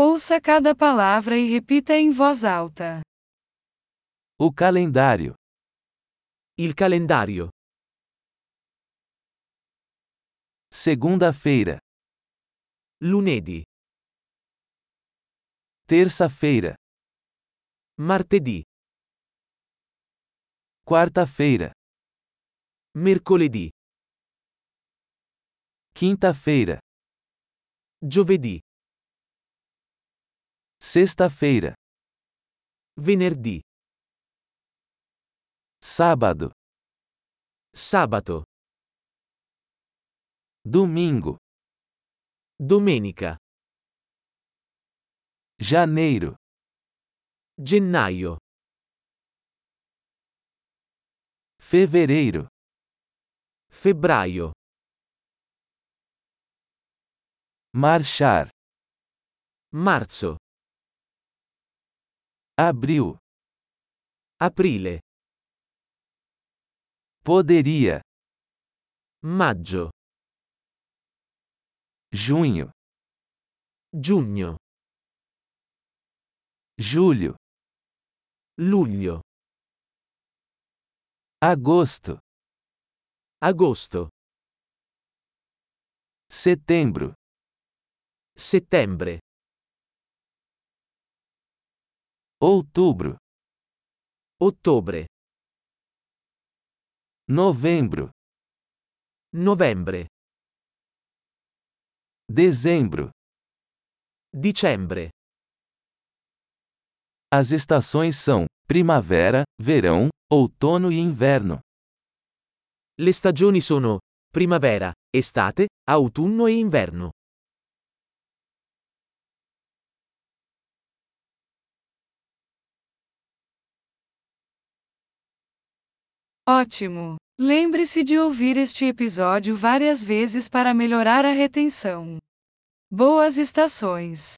Ouça cada palavra e repita em voz alta. O calendário. Il calendario. Segunda-feira. Lunedì. Terça-feira. Martedì. Quarta-feira. Mercoledì. Quinta-feira. Giovedì. Sexta-feira. Venerdì. Sábado. Sabato. Domingo. Domenica. Janeiro. Gennaio. Fevereiro. Febbraio. Marchar. Marzo. Abril. Aprile. Poderia. Maggio. Junho. Giugno. Julho. Luglio. Agosto. Agosto. Setembro. Settembre. Outubro. Ottobre. Novembro. Novembre. Dezembro. Dicembre. As estações são primavera, verão, outono e inverno. Le stagioni sono primavera, estate, autunno e inverno. Ótimo! Lembre-se de ouvir este episódio várias vezes para melhorar a retenção. Boas estações!